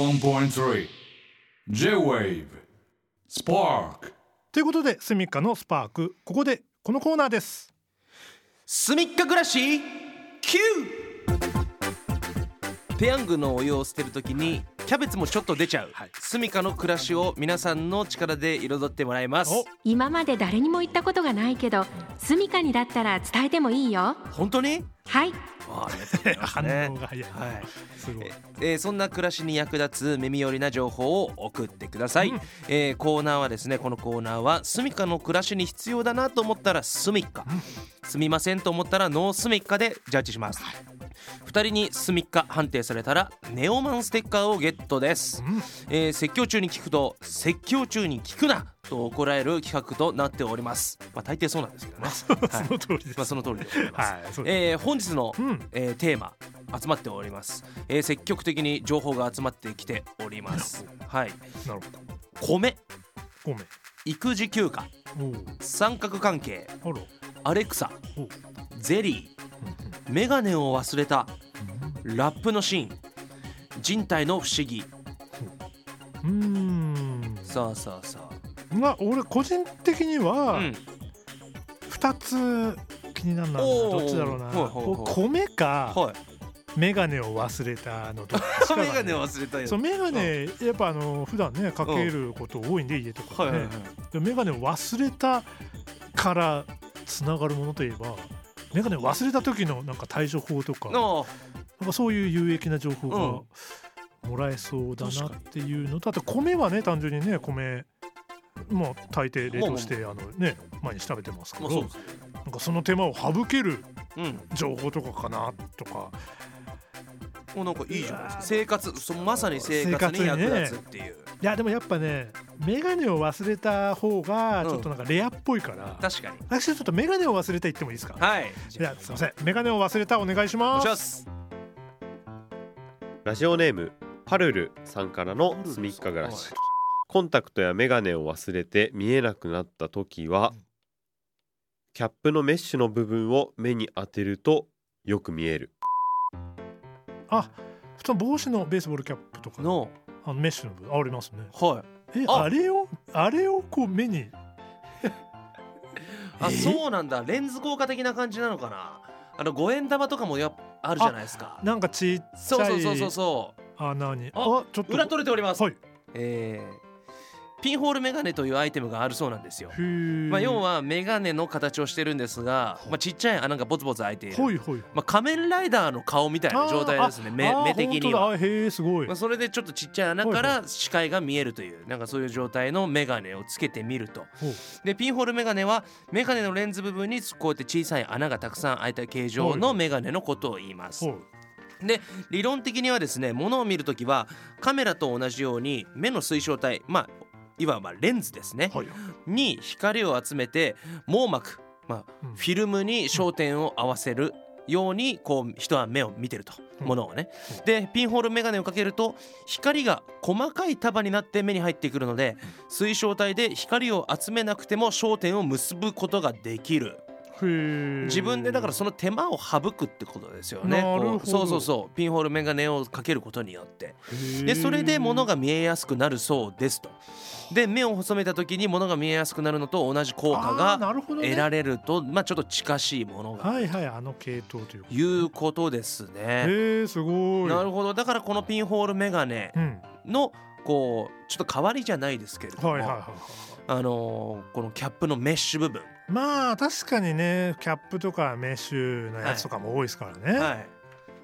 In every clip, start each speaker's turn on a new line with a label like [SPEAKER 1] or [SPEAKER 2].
[SPEAKER 1] 81.3 J-Wave Spark
[SPEAKER 2] ということでスミカのスパークここでこのコーナーです
[SPEAKER 3] すみっか暮らし Q ペヤングのお湯を捨てるときにキャベツもちょっと出ちゃう、スミカの暮らしを皆さんの力で彩ってもらいます
[SPEAKER 2] お
[SPEAKER 4] 今まで誰にも言ったことがないけどスミカにだったら伝えてもいいよ
[SPEAKER 3] 本当に
[SPEAKER 4] はい
[SPEAKER 3] あありがとうございます
[SPEAKER 2] 反
[SPEAKER 3] ね
[SPEAKER 2] 応が早いな、
[SPEAKER 3] はい
[SPEAKER 2] すごい
[SPEAKER 3] えーそんな暮らしに役立つ耳寄りな情報を送ってください、
[SPEAKER 2] うん
[SPEAKER 3] えーコーナーはですねこのコーナーはスミカの暮らしに必要だなと思ったらスミカ、すみませんと思ったらノースミカでジャッジします、二人にスミカ判定されたらネオマンステッカーをゲットです、えー説教中に聞くと説教中に聞くなと怒られる企画となっておりますまあ大抵そうなんですけどねは い
[SPEAKER 2] その通りです
[SPEAKER 3] まあその通りでございます、
[SPEAKER 2] はいそうで
[SPEAKER 3] えー本日の、
[SPEAKER 2] うん
[SPEAKER 3] えーテーマ集まっております、えー積極的に情報が集まってきておりますはい
[SPEAKER 2] すなるほど
[SPEAKER 3] 米
[SPEAKER 2] ごめ
[SPEAKER 3] 育児休暇
[SPEAKER 2] んおう
[SPEAKER 3] 三角関係
[SPEAKER 2] ほら
[SPEAKER 3] アレクサ
[SPEAKER 2] おう
[SPEAKER 3] ゼリーメガネを忘れたラップのシーン人体の不思議
[SPEAKER 2] うんうん
[SPEAKER 3] さあさあさ
[SPEAKER 2] まあ俺個人的に
[SPEAKER 3] あ、う
[SPEAKER 2] は
[SPEAKER 3] ん、
[SPEAKER 2] 二つ気になるな
[SPEAKER 3] おう
[SPEAKER 2] どっちだろうな
[SPEAKER 3] ほいほいほい
[SPEAKER 2] お米か
[SPEAKER 3] はい
[SPEAKER 2] メガネを忘れたのどっ ちかだね
[SPEAKER 3] メガネ忘れたよ
[SPEAKER 2] そうメガネやっぱあの普段ねかけること多いんで家と
[SPEAKER 3] は
[SPEAKER 2] か
[SPEAKER 3] い
[SPEAKER 2] ね、
[SPEAKER 3] はいはい
[SPEAKER 2] でメガネを忘れたからつながるものといえばメガネを忘れた時のなんか対処法とかなん
[SPEAKER 3] の
[SPEAKER 2] かそういう有益な情報がもらえそうだなっていうのとあと米はね単純にね米まあ大抵冷凍してあのね毎日食べてますけ
[SPEAKER 3] ま
[SPEAKER 2] ど
[SPEAKER 3] あそう
[SPEAKER 2] なん
[SPEAKER 3] です
[SPEAKER 2] かその手間を省ける
[SPEAKER 3] うん
[SPEAKER 2] 情報とかかなとか
[SPEAKER 3] もうなんかいいじゃないですか生活そまさに生活
[SPEAKER 2] 生活
[SPEAKER 3] に役
[SPEAKER 2] にね
[SPEAKER 3] 立つっていう、
[SPEAKER 2] いやでもやっぱねメガネを忘れた方がちょっとなんかレアっぽいから、
[SPEAKER 3] 確かに
[SPEAKER 2] 私ちょっとメガネを忘れていってもいいですか
[SPEAKER 3] はい
[SPEAKER 2] いやすいませんメガネを忘れたお願いし
[SPEAKER 3] お
[SPEAKER 2] ます
[SPEAKER 3] 願いします
[SPEAKER 5] ラジオネームパルルさんからのすみっか暮らしコンタクトやメガネを忘れて見えなくなった時はキャップのメッシュの部分を目に当てるとよく見える
[SPEAKER 2] あ普通の帽子のベースボールキャップとか
[SPEAKER 3] の
[SPEAKER 2] あのメッシュの部分あありますね
[SPEAKER 3] はい
[SPEAKER 2] え
[SPEAKER 3] あ
[SPEAKER 2] あれをあれをこう目に
[SPEAKER 3] あ
[SPEAKER 2] え
[SPEAKER 3] そうなんだレンズ効果的な感じなのかなあの五円玉とかもやっあるじゃないですか
[SPEAKER 2] なんかちっち
[SPEAKER 3] そう
[SPEAKER 2] ゃ
[SPEAKER 3] そうそうそう
[SPEAKER 2] い
[SPEAKER 3] そ
[SPEAKER 2] 穴に
[SPEAKER 3] あ
[SPEAKER 2] あちょっ
[SPEAKER 3] う
[SPEAKER 2] と
[SPEAKER 3] 裏取れております、
[SPEAKER 2] はい
[SPEAKER 3] えーピンホールメガネというアイテムがあるそうなんですよ
[SPEAKER 2] へー
[SPEAKER 3] まあ要はメガネの形をしてるんですが、まあ、ちっちゃい穴がボツボツ開いている、
[SPEAKER 2] ほいほい
[SPEAKER 3] まあ、仮面ライダーの顔みたいな状態ですね目
[SPEAKER 2] あー
[SPEAKER 3] 目的には
[SPEAKER 2] 本当だあへえすごい
[SPEAKER 3] まあ、それでちょっとちっちゃい穴から視界が見えるというなんかそういう状態のメガネをつけてみると
[SPEAKER 2] ほう
[SPEAKER 3] でピンホールメガネはメガネのレンズ部分にこうやって小さい穴がたくさん開いた形状のメガネのことを言います
[SPEAKER 2] ほう
[SPEAKER 3] で理論的にはですね物を見るときはカメラと同じように目の水晶体まあいわばレンズですね、
[SPEAKER 2] はい
[SPEAKER 3] に光を集めて網膜、まあ
[SPEAKER 2] うん
[SPEAKER 3] フィルムに焦点を合わせるようにこう人は目を見てると
[SPEAKER 2] うん
[SPEAKER 3] ものをね
[SPEAKER 2] う。
[SPEAKER 3] でピンホールメガネをかけると光が細かい束になって目に入ってくるので水晶体で光を集めなくても焦点を結ぶことができる。
[SPEAKER 2] へー
[SPEAKER 3] 自分でだからその手間を省くってことですよね。
[SPEAKER 2] なるほど
[SPEAKER 3] こうそうそうそうピンホールメガネをかけることによって。
[SPEAKER 2] へー
[SPEAKER 3] でそれで物が見えやすくなるそうですと。で目を細めた時に物が見えやすくなるのと同じ効果
[SPEAKER 2] あー
[SPEAKER 3] が
[SPEAKER 2] なるほどね
[SPEAKER 3] 得られるとまあちょっと近しいものが
[SPEAKER 2] はいはいあの系統というか
[SPEAKER 3] いうことですね。
[SPEAKER 2] へえすごい
[SPEAKER 3] なるほどだからこのピンホールメガネ
[SPEAKER 2] うん
[SPEAKER 3] のこうちょっと代わりじゃないですけれども、
[SPEAKER 2] はいはいはいはい
[SPEAKER 3] あのーこのキャップのメッシュ部分、
[SPEAKER 2] まあ確かにねキャップとかメッシュのやつとかも多いですからね、
[SPEAKER 3] はい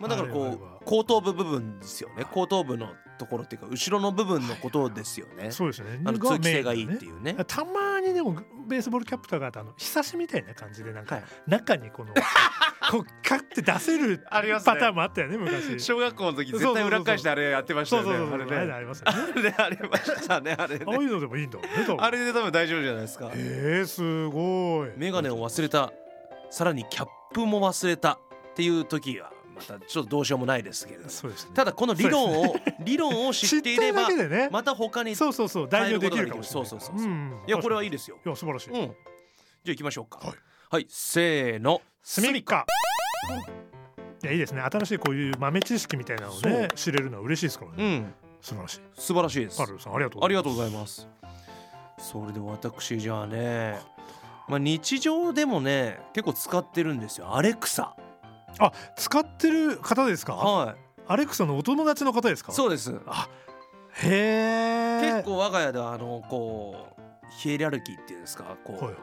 [SPEAKER 3] まあ、だから
[SPEAKER 2] はいは
[SPEAKER 3] こ
[SPEAKER 2] いは
[SPEAKER 3] う後頭部部分ですよね後頭部のところっていうか後ろの部分のことですよね。
[SPEAKER 2] そうですね
[SPEAKER 3] あの通気性がいいって
[SPEAKER 2] う
[SPEAKER 3] いうね。
[SPEAKER 2] たまにでもベースボールキャップとかだとあのひさしみたいな感じでなん
[SPEAKER 3] は
[SPEAKER 2] か
[SPEAKER 3] い
[SPEAKER 2] 中に このこうカッて出せる
[SPEAKER 3] ありますね
[SPEAKER 2] パターンもあったよね昔そう
[SPEAKER 3] 小学校の時
[SPEAKER 2] 絶対裏返して
[SPEAKER 3] あれやってま
[SPEAKER 2] そうそうそうあれありますよ ね
[SPEAKER 3] あれましたねあれ
[SPEAKER 2] ああいうのでもいいんだろうね多分
[SPEAKER 3] れで多分大丈夫じゃないですか
[SPEAKER 2] へえすごい
[SPEAKER 3] メガネを忘れたさらにキャップも忘れたっていう時はまたちょっとどうしようもないですけれども
[SPEAKER 2] そうですね
[SPEAKER 3] ただこの理論を理論を知っていれば
[SPEAKER 2] 知ってるだけでね
[SPEAKER 3] また他にい
[SPEAKER 2] そうそうそう代用できるかもしれない
[SPEAKER 3] そうそうそうそうんやこれはいい
[SPEAKER 2] で
[SPEAKER 3] ですよ
[SPEAKER 2] いや素晴らしい、
[SPEAKER 3] うんじゃあ行きましょうかはいせーの
[SPEAKER 2] スミッカいやいいですね新しいこういう豆知識みたいなのを
[SPEAKER 3] そう
[SPEAKER 2] ね知れるのは嬉しいですから
[SPEAKER 3] う
[SPEAKER 2] ね、
[SPEAKER 3] ん
[SPEAKER 2] 素晴らしい
[SPEAKER 3] 素晴らしいです
[SPEAKER 2] パルルさんありがとう
[SPEAKER 3] ありがとうござ
[SPEAKER 2] い
[SPEAKER 3] います。それで私じゃあね、まあ、日常でもね結構使ってるんですよアレクサ。
[SPEAKER 2] ます使ってる方ですか、
[SPEAKER 3] は
[SPEAKER 2] アレクサのお友達の方ですか
[SPEAKER 3] い、そうです。
[SPEAKER 2] へえ
[SPEAKER 3] 結構我が家ではあのこうヒエラルキーっていうんですかこう、
[SPEAKER 2] はい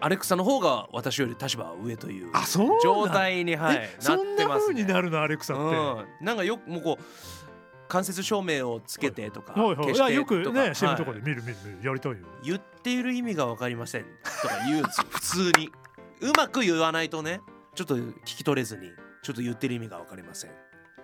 [SPEAKER 3] アレクサの方が私より立場は上という
[SPEAKER 2] あそうなんだ
[SPEAKER 3] 状態に、はい、なっ
[SPEAKER 2] えそん
[SPEAKER 3] て
[SPEAKER 2] な
[SPEAKER 3] ます、
[SPEAKER 2] 風
[SPEAKER 3] ね。
[SPEAKER 2] になるのアレクサって、
[SPEAKER 3] うん、なんかよくもうこう間接照明をつけてとか、
[SPEAKER 2] はいはい、
[SPEAKER 3] 消
[SPEAKER 2] い
[SPEAKER 3] し
[SPEAKER 2] や
[SPEAKER 3] て
[SPEAKER 2] よく
[SPEAKER 3] とか、
[SPEAKER 2] ね CM とか
[SPEAKER 3] はい
[SPEAKER 2] で見る見る見るやりたいよ
[SPEAKER 3] 言っている意味が分かりませんとか言うんですよ普通 にうまく言わないとねちょっと聞き取れずにちょっと言ってる意味が分かりません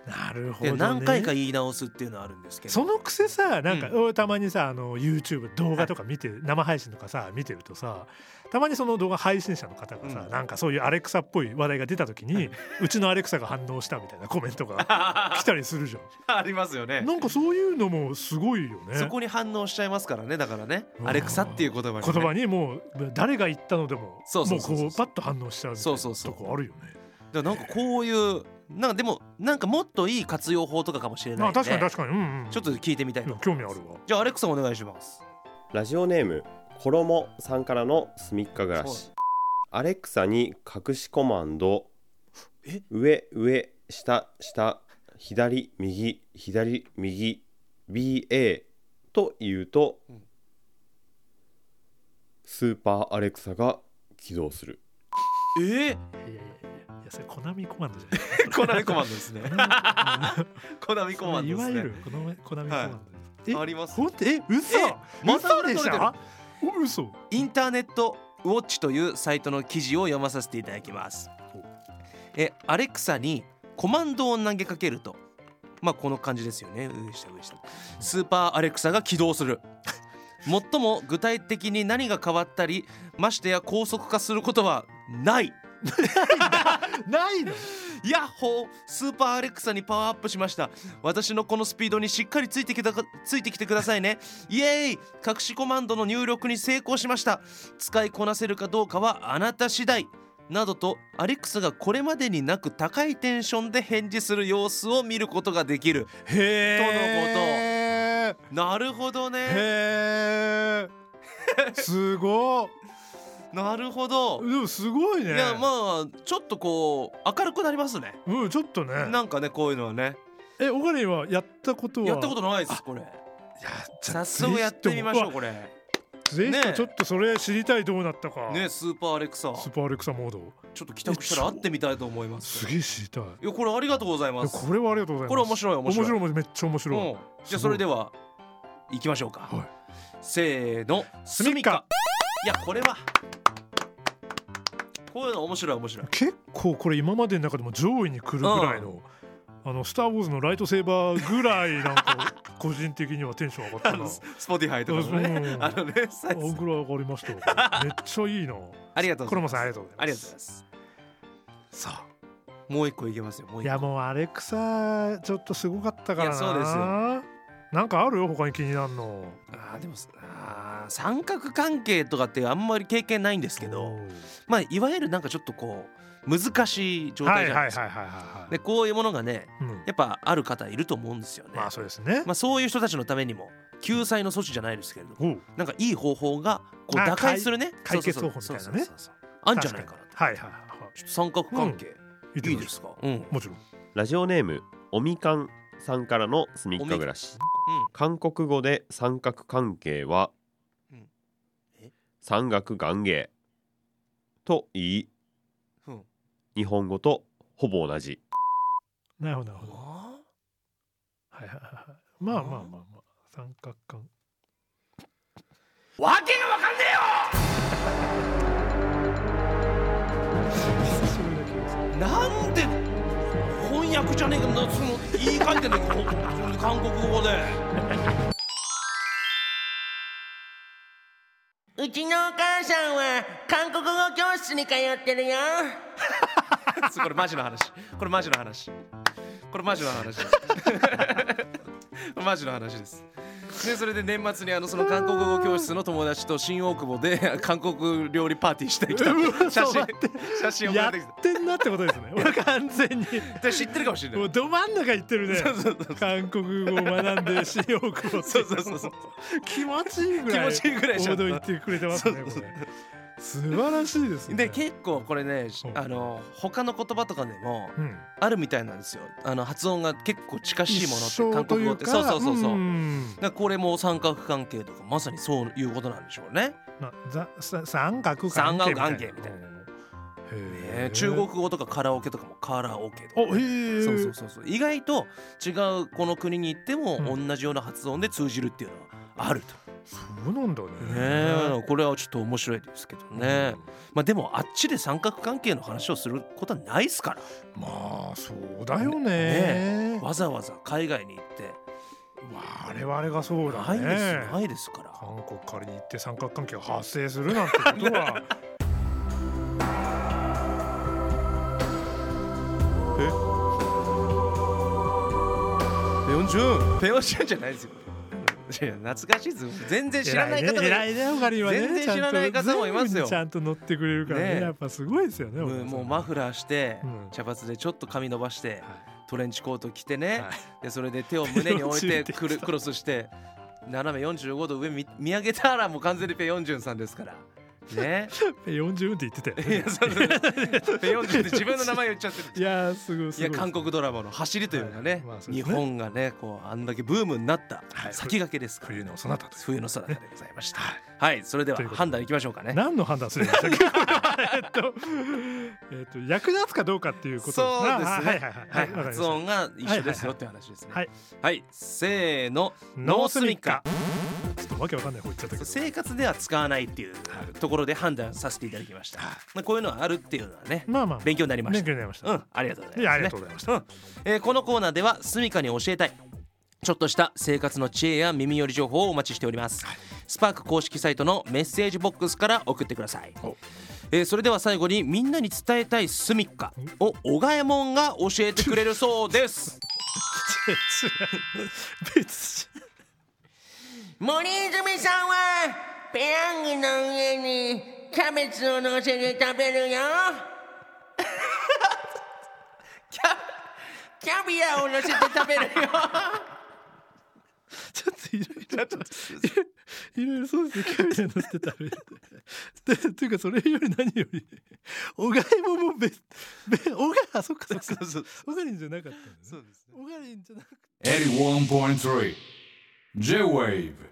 [SPEAKER 2] なるほ
[SPEAKER 3] で
[SPEAKER 2] ど、ね、
[SPEAKER 3] 何回か言い直すっていうのはあるんですけど
[SPEAKER 2] そのくせさなんか、
[SPEAKER 3] う
[SPEAKER 2] 俺たまにさあの YouTube 動画とか見て生配信とかさ見てるとさたまにその動画配信者の方がさ、
[SPEAKER 3] うん
[SPEAKER 2] なんかそういうアレクサっぽい話題が出た時に、うちのアレクサが反応したみたいなコメント が来たりするじゃ
[SPEAKER 3] ありますよね
[SPEAKER 2] んなんかそういうのもすごいよね
[SPEAKER 3] そこに反応しちゃいますからねだからね
[SPEAKER 2] うん
[SPEAKER 3] アレクサっていう言葉に、ね、
[SPEAKER 2] 言葉にもう誰が言ったのでも
[SPEAKER 3] そうそうそうそう
[SPEAKER 2] もうこうパッと反応しちゃうみたい
[SPEAKER 3] そう
[SPEAKER 2] な
[SPEAKER 3] そうそう
[SPEAKER 2] とこあるよね
[SPEAKER 3] だからなんかこういうなんかでもなんかもっといい活用法とかかもしれな
[SPEAKER 2] ま
[SPEAKER 3] いん
[SPEAKER 2] あ確
[SPEAKER 3] で
[SPEAKER 2] かに確かにうん、うん、
[SPEAKER 3] ちょっと聞いてみたい
[SPEAKER 2] い
[SPEAKER 3] な
[SPEAKER 2] や興味あるわ
[SPEAKER 3] じゃあアレクサお願いします
[SPEAKER 5] ラジオネーム衣さんからのすみっか暮らしアレクサに隠しコマンド
[SPEAKER 3] え
[SPEAKER 5] 上上下下左右左右 BA と言うと、
[SPEAKER 3] うん
[SPEAKER 5] スーパーアレクサが起動する
[SPEAKER 3] えー、
[SPEAKER 2] いやいやいやいやそれコナミコマンドじゃない
[SPEAKER 3] コナミ コマンドですねコナミコマン
[SPEAKER 2] い
[SPEAKER 3] ドです
[SPEAKER 2] わ
[SPEAKER 3] ね
[SPEAKER 2] ゆるコナミコナミコマンドです、
[SPEAKER 3] あります
[SPEAKER 2] ほんとえ嘘
[SPEAKER 3] えまた
[SPEAKER 2] 嘘
[SPEAKER 3] 俺
[SPEAKER 2] でし
[SPEAKER 3] 取れてる
[SPEAKER 2] ょお嘘
[SPEAKER 3] インターネットウォッチというサイトの記事を読まさせていただきますえアレクサにコマンドを投げかけるとまあこの感じですよね上下上下スーパーアレクサが起動する 最も具体的に何が変わったりましてや高速化することはない
[SPEAKER 2] ないの
[SPEAKER 3] ヤッホースーパーアレクサにパワーアップしました私のこのスピードにしっかりついてきたかついてきてくださいねイエーイ隠しコマンドの入力に成功しました使いこなせるかどうかはあなた次第などとアレクサがこれまでになく高いテンションで返事する様子を見ることができる
[SPEAKER 2] へえ
[SPEAKER 3] なるほどね
[SPEAKER 2] へえすご
[SPEAKER 3] なるほど
[SPEAKER 2] いでもすごい
[SPEAKER 3] い
[SPEAKER 2] ね
[SPEAKER 3] やまあちょっとこう明るくなりますね
[SPEAKER 2] うんちょっとね
[SPEAKER 3] なんかねこういうのはね
[SPEAKER 2] えおかりはやったことは
[SPEAKER 3] やったことないですこれ
[SPEAKER 2] いやじゃあ
[SPEAKER 3] 早速やってみましょう
[SPEAKER 2] ぜ
[SPEAKER 3] これ。
[SPEAKER 2] ひともわぜひと
[SPEAKER 3] ね
[SPEAKER 2] もちょっとそれ知りたいどうなったか
[SPEAKER 3] ねスーパーアレクサ
[SPEAKER 2] スーパーアレクサモード
[SPEAKER 3] ちょっと帰宅したら会ってみたいと思います
[SPEAKER 2] すげえ知りたい
[SPEAKER 3] いやこれありがとうござい
[SPEAKER 2] い
[SPEAKER 3] ま
[SPEAKER 2] や
[SPEAKER 3] す
[SPEAKER 2] これはありがとうございます
[SPEAKER 3] これ面白い面白い
[SPEAKER 2] 面白いめっちゃ面白い、
[SPEAKER 3] うん、じゃあそれでは行きましょうか、
[SPEAKER 2] はい
[SPEAKER 3] せーのスミカいやこれはこういうの面白い面白い
[SPEAKER 2] 結構これ今までの中でも上位に来るぐらいの「あのスター・ウォーズ」のライトセーバーぐらいなんか 個人的にはテンション上がった
[SPEAKER 3] あ
[SPEAKER 2] な
[SPEAKER 3] のスポティファイとかのね
[SPEAKER 2] うん
[SPEAKER 3] あのねサ
[SPEAKER 2] あ
[SPEAKER 3] イズ
[SPEAKER 2] ぐらい上がりましたよこれめっちゃいい な
[SPEAKER 3] ありがとう
[SPEAKER 2] コロ
[SPEAKER 3] ございま
[SPEAKER 2] モ
[SPEAKER 3] す
[SPEAKER 2] さんありがとうございます
[SPEAKER 3] ありがとうございます
[SPEAKER 2] さ
[SPEAKER 3] もう一個いけますよも
[SPEAKER 2] あ
[SPEAKER 3] う
[SPEAKER 2] い
[SPEAKER 3] 一個
[SPEAKER 2] やもうアレクサちょっとすごかったからない
[SPEAKER 3] やそうです
[SPEAKER 2] なんかあるよ他に気になるの
[SPEAKER 3] あーでもあー三角関係とかってあんまり経験ないんですけ
[SPEAKER 2] お
[SPEAKER 3] ど
[SPEAKER 2] ー
[SPEAKER 3] まあいわゆるなんかちょっとこう難しい状
[SPEAKER 2] は
[SPEAKER 3] 態
[SPEAKER 2] い
[SPEAKER 3] じゃ
[SPEAKER 2] は
[SPEAKER 3] な
[SPEAKER 2] いはい
[SPEAKER 3] いですか
[SPEAKER 2] はいはいはい
[SPEAKER 3] でこういうものがね
[SPEAKER 2] うん
[SPEAKER 3] やっぱある方いると思うんですよね。
[SPEAKER 2] まあそうですね、
[SPEAKER 3] まあそういう人たちのためにも救済の措置じゃないですけれど
[SPEAKER 2] お
[SPEAKER 3] も、
[SPEAKER 2] う
[SPEAKER 3] なんかいい方法がこう
[SPEAKER 2] あ
[SPEAKER 3] 打開するね
[SPEAKER 2] 解
[SPEAKER 3] そうそうそう
[SPEAKER 2] 解決方法みたいなね
[SPEAKER 3] そうそうそうそうあんじゃないかなと
[SPEAKER 2] 確。にはいはいはいは
[SPEAKER 3] ちょっと三角関係、
[SPEAKER 2] い
[SPEAKER 3] いいですか。うん。うん。
[SPEAKER 2] もちろん
[SPEAKER 5] ラジオネームおみかんさんからのすみっか暮らし韓国語で三角関係は
[SPEAKER 3] うんえ
[SPEAKER 5] 三角関係と言い
[SPEAKER 3] うん
[SPEAKER 5] 日本語とほぼ同じ
[SPEAKER 2] なるほどなるほど
[SPEAKER 3] あ
[SPEAKER 2] はいはいはいはいまあまあまあまあ三角関
[SPEAKER 3] ーわけがわかんねえよ。なんで翻訳じゃねえかなその言い換えてんだけど韓国語で。
[SPEAKER 6] うちのお母さんは韓国語教室に通ってるよ。
[SPEAKER 3] これマジの話これマジの 話これマジの話ですこれマジの話ですでそれで年末にあのその韓国語教室の友達と新大久保で 韓国料理パーティーしてきた写
[SPEAKER 2] ちょ
[SPEAKER 3] 真
[SPEAKER 2] っと待って
[SPEAKER 3] 写真を送
[SPEAKER 2] や
[SPEAKER 3] ってき
[SPEAKER 2] ってんなってことですね俺完全に
[SPEAKER 3] たで知ってるかもしれ
[SPEAKER 2] も
[SPEAKER 3] な
[SPEAKER 2] う
[SPEAKER 3] い
[SPEAKER 2] ど真ん中行ってるね
[SPEAKER 3] そうそうそう
[SPEAKER 2] 韓国語を学んで新大久保って
[SPEAKER 3] そうそうそうそう
[SPEAKER 2] 気持ちいいぐらい
[SPEAKER 3] 気持ちいいぐらいしち
[SPEAKER 2] 報
[SPEAKER 3] ゃった
[SPEAKER 2] 道行ってくれてますねこれ素晴らしいですね
[SPEAKER 3] で結構これね
[SPEAKER 2] うん
[SPEAKER 3] あの他の言葉とかでも
[SPEAKER 2] うん
[SPEAKER 3] あるみたいなんですよあの発音が結構近しいもの
[SPEAKER 2] 一緒
[SPEAKER 3] って韓国語って
[SPEAKER 2] とい
[SPEAKER 3] そう
[SPEAKER 2] か
[SPEAKER 3] そうそうそう、
[SPEAKER 2] ん
[SPEAKER 3] だからこれも三角関係とかまさにそういうことなんでしょうね。
[SPEAKER 2] なざさ三角関係みたいな
[SPEAKER 3] 三角関係みたいな
[SPEAKER 2] へ
[SPEAKER 3] ね
[SPEAKER 2] ー
[SPEAKER 3] 中国語とかカラオケとかもカラオケとか、
[SPEAKER 2] おへえ
[SPEAKER 3] そうそうそうそう意外と違うこの国に行っても
[SPEAKER 2] う
[SPEAKER 3] 同じような発音で通じるっていうのはあると。
[SPEAKER 2] そうなんだね
[SPEAKER 3] ねえこれはちょっと面白いですけどね、まあ、でもあっちで三角関係の話をすることはないですから
[SPEAKER 2] まあそうだよね
[SPEAKER 3] ねわざわざ海外に行って
[SPEAKER 2] 我々がそうだ
[SPEAKER 3] ない
[SPEAKER 2] ね
[SPEAKER 3] ですないですから。
[SPEAKER 2] 韓国からに行って三角関係が発生するなんてことは
[SPEAKER 3] ペヨンジュンペヨンジュンじゃないですよいや懐かしいです全 然知らない方が
[SPEAKER 2] 偉いね偉いねオカリンはね
[SPEAKER 3] 全然
[SPEAKER 2] ちゃんと
[SPEAKER 3] 知らない方もいます
[SPEAKER 2] 全部
[SPEAKER 3] よ
[SPEAKER 2] にちゃんと乗ってくれるからね
[SPEAKER 3] ねえ
[SPEAKER 2] やっぱすごいですよね、
[SPEAKER 3] う
[SPEAKER 2] 岡
[SPEAKER 3] ん
[SPEAKER 2] 田さん
[SPEAKER 3] もうマフラーして、
[SPEAKER 2] うん
[SPEAKER 3] 茶髪でちょっと髪伸ばして、トレンチコート着てね、でそれで手を胸に置 い
[SPEAKER 2] ペヨン
[SPEAKER 3] て
[SPEAKER 2] ジュン
[SPEAKER 3] クルクロスして斜め45度上見見上げたらもう完全にペヨンジュンさんですから ね
[SPEAKER 2] 40分って言ってたよ
[SPEAKER 3] いやそうそうペヨンジュンって自分の名前言っち ゃってる
[SPEAKER 2] いやーすごいす
[SPEAKER 3] い
[SPEAKER 2] ごい
[SPEAKER 3] や韓国ドラマの走りというかね,、
[SPEAKER 2] はいまあそう
[SPEAKER 3] 日
[SPEAKER 2] ですね
[SPEAKER 3] 本がねこうあんだけブームになった
[SPEAKER 2] はい
[SPEAKER 3] 先駆けですから、
[SPEAKER 2] 冬のそなたという
[SPEAKER 3] 冬の空でござ いました。はい、それでは
[SPEAKER 2] ということで
[SPEAKER 3] 判断いきましょうかね。
[SPEAKER 2] 何の判断すればいいんで したっけえっと、えっと、役立つかどうかっていうこと
[SPEAKER 3] そうですね
[SPEAKER 2] あはいはいはいいは
[SPEAKER 3] は、
[SPEAKER 2] いわかりました
[SPEAKER 3] 発音が一緒ですよっていう話ですね。
[SPEAKER 2] はい、
[SPEAKER 3] はい、せーの、
[SPEAKER 2] ノ
[SPEAKER 3] ノー
[SPEAKER 2] ー
[SPEAKER 3] ス
[SPEAKER 2] ス
[SPEAKER 3] ミ
[SPEAKER 2] ミ
[SPEAKER 3] ッ
[SPEAKER 2] ッカ。
[SPEAKER 3] カ
[SPEAKER 2] ちょっとわけわかんない方言っちゃったけど
[SPEAKER 3] 生活では使わないっていうところで判断させていただきました。まあこういうのはあるっていうのはね、
[SPEAKER 2] まあまあ
[SPEAKER 3] 勉強になりま
[SPEAKER 2] 勉
[SPEAKER 3] した。
[SPEAKER 2] 強になりました、
[SPEAKER 3] うん、ありがとうございます、ね。
[SPEAKER 2] いやありがとうございました
[SPEAKER 3] んえーこのコーナーではスミカに教えたい。ちょっとした生活の知恵や耳寄り情報をお待ちしております。スパーク公式サイトのメッセージボックスから送ってください。えーそれでは最後にみんなに伝えたいスミカを小賀えもんが教えてくれるそうです。
[SPEAKER 2] 別に
[SPEAKER 6] 森泉さんはペヤングの上にキャベツを乗せて食べるよキャキャビアを乗せて食べるよ
[SPEAKER 2] ちょっといろいろちょっといろいろそうですねキャビア乗せて食べるで というかそれより何よりおがいもも別別おがあそっかそっかおがりんじゃなかったんですねおがりんじゃなくて
[SPEAKER 1] 81.3 J-Wave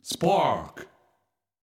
[SPEAKER 1] Spark